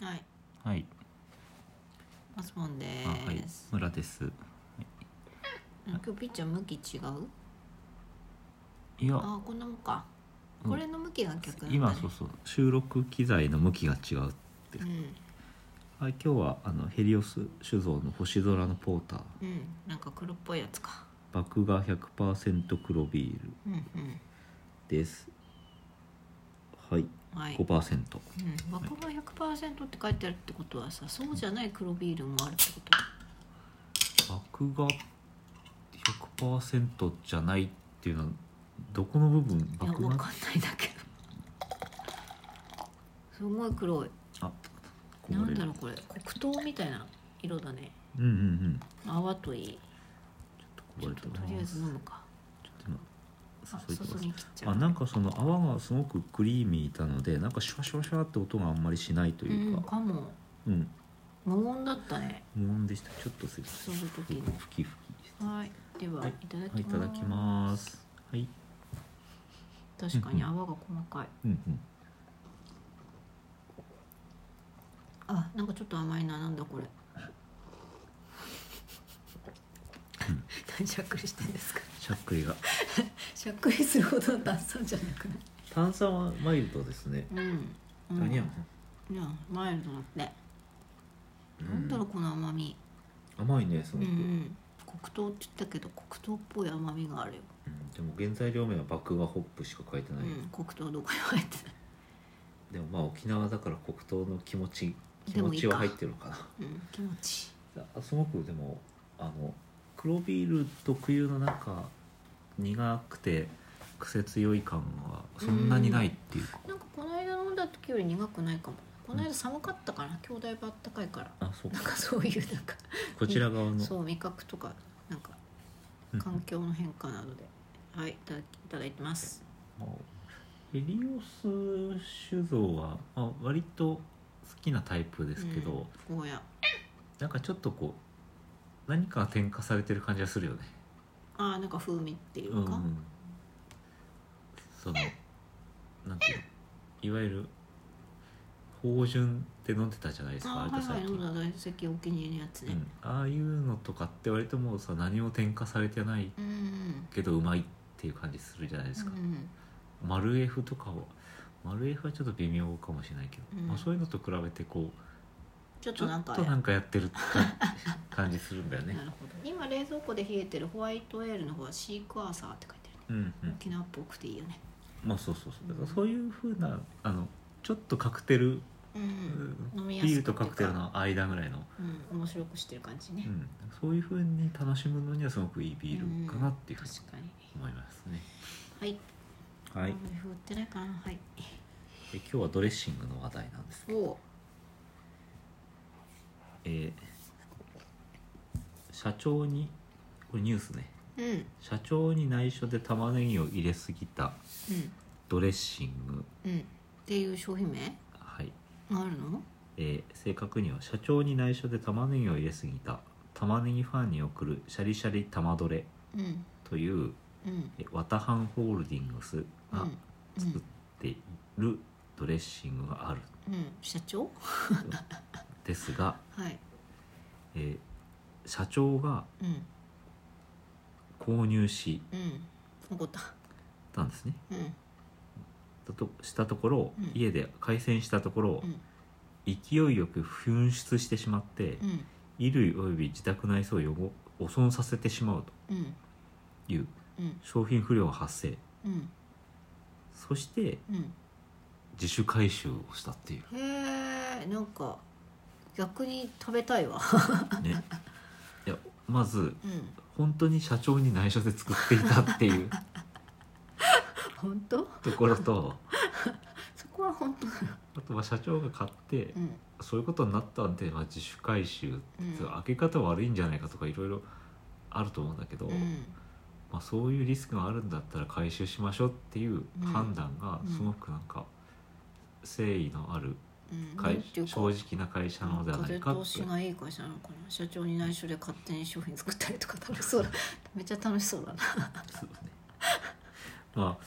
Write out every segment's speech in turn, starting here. はい、はい、マスボンであはいす。村ですうん今日ピッチャー向き違う。いやあー、こんなもんか。うんこれの向きが逆なんだね今そうそう収録機材の向きが違うって、うん、はい、今日はあのヘリオス酒造の星空のポーターうん、なんか黒っぽいやつか。麦芽100%黒ビールうん、うですはいん、はい。 5%うん、バカバ100%って書いてあるってことはさ、そうじゃない黒ビールもあるってこと。麦芽100%じゃないっていうのはどこの部分いや、麦わ芽かんないだけど。すごい黒い。あこなんれだろう、これ、黒糖みたいな色だね。うんうんうん泡といい。ちょこぼっれとてとますりあえず飲むか。ちょっと今あ、注い注でますぎ切っちゃう。あなんかその泡がすごくクリーミーなのでなんかシュワシュワシュワって音があんまりしないとう、いうんかかも。うん、無音だったね。無音でしたちょっとすいませ注んぐ時の。吹き吹きですはい、では、はいいただきまはいす。いただきますはい確かに泡が細かい。うんうんあ、なんかちょっと甘いな、なんだこれ。何しゃっくりしてんですか。しゃっくりがしゃっくりするほどの炭酸じゃなくない。炭酸はマイルドですね、うん。うん何やいや、マイルドだって。うんなんだろう、この甘み。甘いねすうごん、うく、うんん。黒糖って言ったけど、黒糖っぽい甘みがあるよ。でも原材料名は麦芽ホップしか書いてうない、ん、黒糖どこに入ってない。でもまあ沖縄だから黒糖の気持ち気でも持いいちはか入ってるのかなうん、気持ちいい。あすごくでもあの黒ビール特有のなんか苦くて癖強い感はそんなにないっていうか、なんかこの間飲んだ時より苦くないかもこの間寒かったから兄弟ばあったかいからあそうなんかかそういうなんかこちら側のそう味覚とかなんかうん環境の変化などで、はいいただきいただいてますまあヘリオス酒造は、まあ、割と好きなタイプですけど、うん、ゴーヤなんかちょっとこう何かが添加されてる感じがするよねあーなんか風味っていううん、うか、ん、そのなんていうのいわゆる芳醇って飲んでたじゃないですかあ割ーとはいは最い近飲んだ大石お気に入りのやつうねん、ああいうのとかって割ともうさ何も添加されてないうんうんけどうまいっていう感じするじゃないですか、うんマルエフとかはマルエフはちょっと微妙かもしれないけど、うんまあ、そういうのと比べてこうちょっちょとなんっかとなんかやってる感感じするんだよねなるほど今冷蔵庫で冷えてるホワイトエールの方はシークワーサーって書いてあるねうんうん沖縄っぽくていいよねまあそうそうそうだからそういうふうなあのちょっとカクテル、うん、飲みビやすくーてルとカクテルの間ぐらいの、うん、面白くしてる感じね、うん、そういうふうに楽しむのにはすごくいいビールかなっていうふうに確かに思いますね、はい、はいあんまり振ってないかなはいえ今日はドレッシングの話題なんですおおえー社長にこれニュースねうんうん社長に内緒で玉ねぎを入れすぎたドレッシングうんっていう商品名はい、があるのえー正確には社長に内緒で玉ねぎを入れすぎた玉ねぎファンに送るシャリシャリ玉どれうんといううんえワタハンホールディングスうんが作っているドレッシングがあるうん、うん、社長ですが、はいえー社長がうん購入しうん怒ったたんですねうんだとしたところ、うん家で回線したところ、うん勢いよく噴出してしまって、うん衣類および自宅内装を汚汚損させてしまううんといううん商品不良が発生うんそしてうん自主回収をしたっていへえんか逆に食べたいわう ねいやまずうん本当に社長に内緒で作っていたっていう本当ところとそこは本当なのあとは社長が買ってうんそういうことになったんで、まあ、自主回収って、うん開け方悪いんじゃないかとかいろいろあると思うんだけど、うんまあ、そういうリスクがあるんだったら回収しましょうっていう判断がうんすごくなんか誠意のあるうん会なんていうか正直な会社なのではないか風っ通てしがいい会社なのかな社長に内緒で勝手に商品作ったりとか楽しそうだめっちゃ楽しそうだなそうねまあ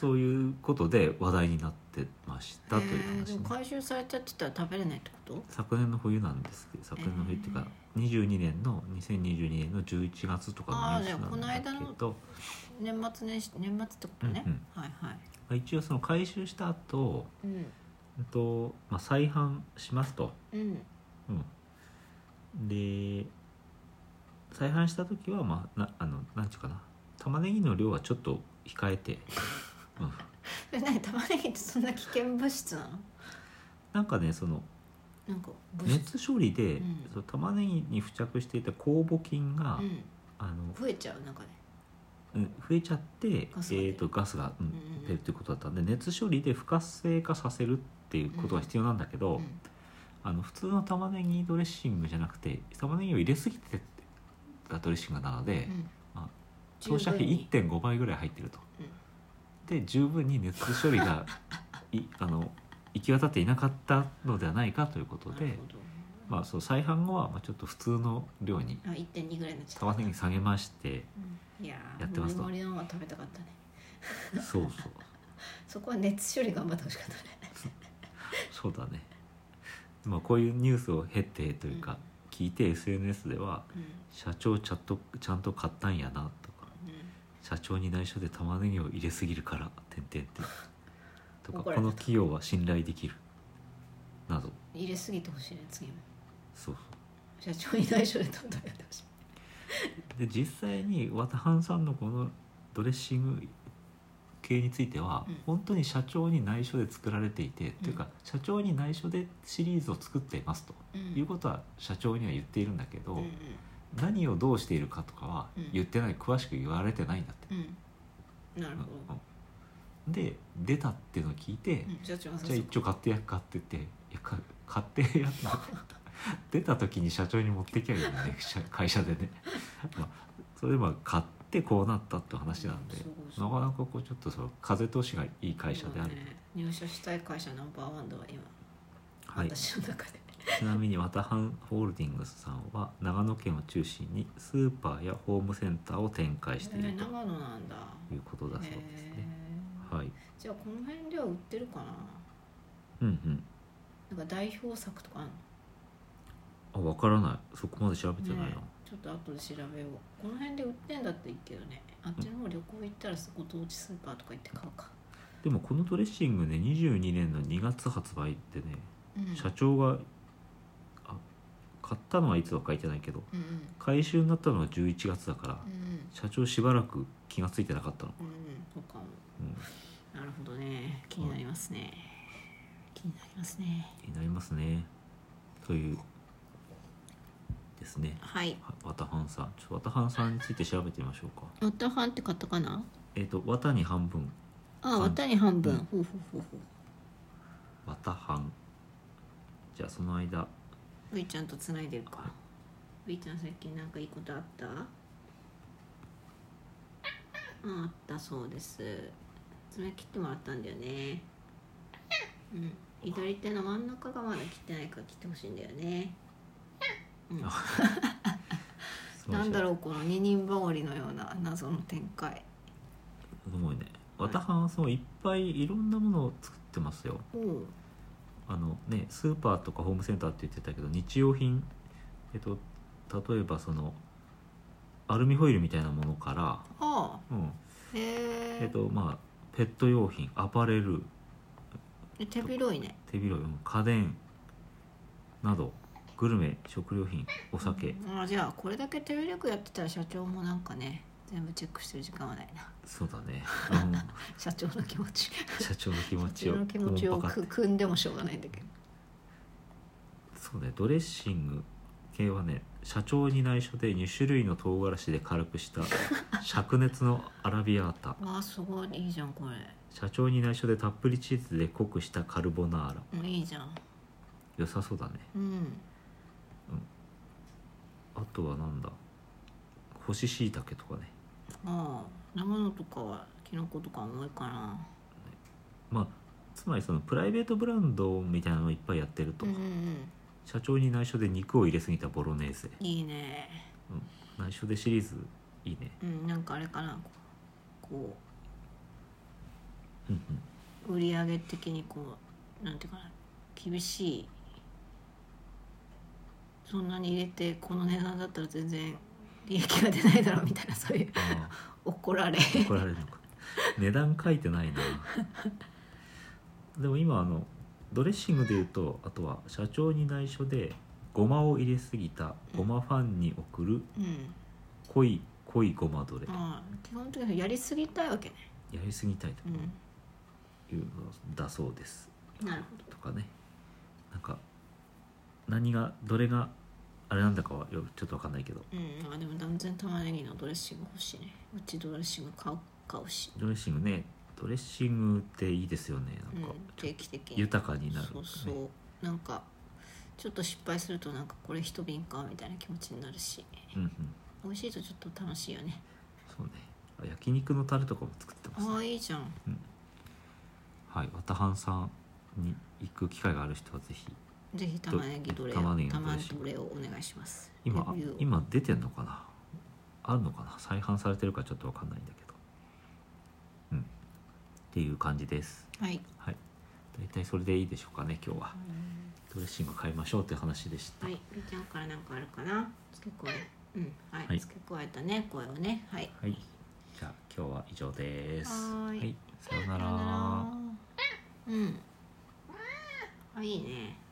そういうことで話題になってまましたとえいうー話、でねも回収されたって言ったら食べれないってこと昨年の冬なんですけど昨年の冬っていうか、22年の2022年の11月とかのニあーュースじゃあなんだこの間けど、年末年始年末ってことね、うんうんはいはいまあ一応その回収した後、うんうんとまあ再販しますと、うんうん、で再販した時はまあなあのなんていうかな玉ねぎの量はちょっと控え て、うん、え何玉ねぎってそんな危険物質なのなんかねそのなんか物質、熱処理で、うんその玉ねぎに付着していた酵母菌が、うん、あの増えちゃうなんかねうん増えちゃってガスがえ出るー、とガスが、うんうんうん出るということだったんで熱処理で不活性化させるっていうことが必要なんだけど、うんあの普通の玉ねぎドレッシングじゃなくて玉ねぎを入れすぎてたドレッシングなので、うんま投射費十分に1.5倍ぐらい入ってると。で十分に熱処理がい あの行き渡っていなかったのではないかということうんなるでほ、どまあ、その再販後はまあちょっと普通の量にあ1.2ぐらいになっちゃった玉ねぎ下げましてうんいやーやってますともりもりのまま食べたかったねそうそうそこは熱処理頑張ってほしかったねそうだねまあこういうニュースを経てというか、聞いて SNS ではうん「社長ちゃんとちゃんと買ったんやな」とかう「社長に内緒で玉ねぎを入れすぎるから」てんてんてんとか怒「られたこの企業は信頼できる」などん入れすぎてほしいね次もそうそう社長に内緒でどんどんやってほしいで実際にワタハンさんのこのドレッシング系については、うん本当に社長に内緒で作られていて、というか社長に内緒でシリーズを作っていますとうんいうことは社長には言っているんだけど、うん何をどうしているかとかはうん言ってない、詳しく言われてないんだって。うんうんなるほど、うんで出たっていうのを聞いて、うん、社長がじゃあ一応買ってやっかって言って「いやか買ってやっな」 出た時に社長に持ってきゃいいよね 社会社でね、まあ、それでまあ買ってこうなったって話なんで、すごいすなごかいなかこうちょっとその風通しがいい会社である、そうだね入社したい会社ナンバーワンだわ今、はい、ち私の中でなみにワタハンホールディングスさんは長野県を中心にスーパーやホームセンターを展開していえるーと長野なんだいうことだそうですね、へーはいじゃあこの辺では売ってるかうんうんななんか代表作とかあんのあ分からないそこまで調べてないねな、ちょっと後で調べようこの辺で売ってんだっていいけどねあっちの方旅行行ったらそこ同地スーパーとか行って買うか、でもこのドレッシングね22年の2月発売ってねうん、社長があ買ったのはいつは書いてないけどうんうん回収になったのは11月だからうん社長しばらく気が付いてなかったの、うんうんそうかもうん、なるほどね気になりますね、気になりますね気になりますねというですねはいはワタハンさんちょっとワタハンさんについて調べてみましょうかワタハンって買ったかなえっ、とワタに半分あワタに半分、うんほうほうほうほうワタハンじゃあその間ういちゃんとつないでるかういちゃん最近なんかいいことあったああったそうです爪切ってもらったんだよねうん左手の真ん中がまだ切ってないから切ってほしいんだよねなんだろろうこの二人羽織のような謎の展開うすごいねワタハンはそういっぱいいろんなものを作ってますよおうあのねスーパーとかホームセンターって言ってたけど日用品えっと例えばそのアルミホイルみたいなものかああら、うんへええっとまあペット用品アパレル手広いね手広いうん家電などグルメ食料品お酒、あじゃあこれだけ手広くやってたら社長もなんかね全部チェックしてる時間はない なそうだね、 う社長の気持ちん、社長の気持自ちを分の気持ちおをもんぱかっく組んでもしょうがないんだけどそうねドレッシング系はね社長に内緒で2種類の唐辛子で軽くした 灼熱のアラビアータわあすごいいいじゃんこれ社長に内緒でたっぷりチーズで濃くしたカルボナーラうんいいじゃん良さそうだねうんあとはなんだ干し椎茸とかねああ長野とかはキノコとかも多いかなまあつまりそのプライベートブランドみたいなのをいっぱいやってると、うんうんうん社長に内緒で肉を入れすぎたボロネーゼいいね内緒でシリーズいいねうんなんかあれかなこうこうんうんう売り上げ的にこうなんていうかな厳しいそんなに入れてこの値段だったら全然利益が出ないだろうみたいな そういうあ怒られー怒られるのか値段書いてないなでも今あのドレッシングでいうとあとは社長に内緒でごまを入れすぎたごまファンに送るうん濃い濃いごまどれやまあ基本的にやりすぎたいわけねりすぎたいとういうのだそうですんなるとかねなんか何がどれがあれなんだかはよちょっとわかんないけどほどうんまあでも断然玉ねぎのドレッシング欲しいねうちドレッシング買う買うしドレッシングねドレッシングっていいですよねうなんかん、定期的に豊かになる、ねそうそうなんかちょっと失敗するとなんかこれ一瓶かみたいな気持ちになるしうんうん美味しいとちょっと楽しいよねそうねあ焼肉のタレとかも作ってます、あね、あいいじゃんはいわたはんさんに行く機会がある人はぜひぜひ玉ねぎどれを玉玉ねねぎのドレッシンぎグどれをお願いします今あレビューを今出てんのかなあるのかな再販されてるかちょっとわかんないんだけどうんっていう感じですはいはい大体それでいいでしょうかね今日はドレッシング買いましょうっていう話でしたはいみーちゃんからなんかあるかな付け加えうんはい、はい付け加えたね声をねはいはい、じゃあ今日は以上ですはーいさようさなよらならうんあいいね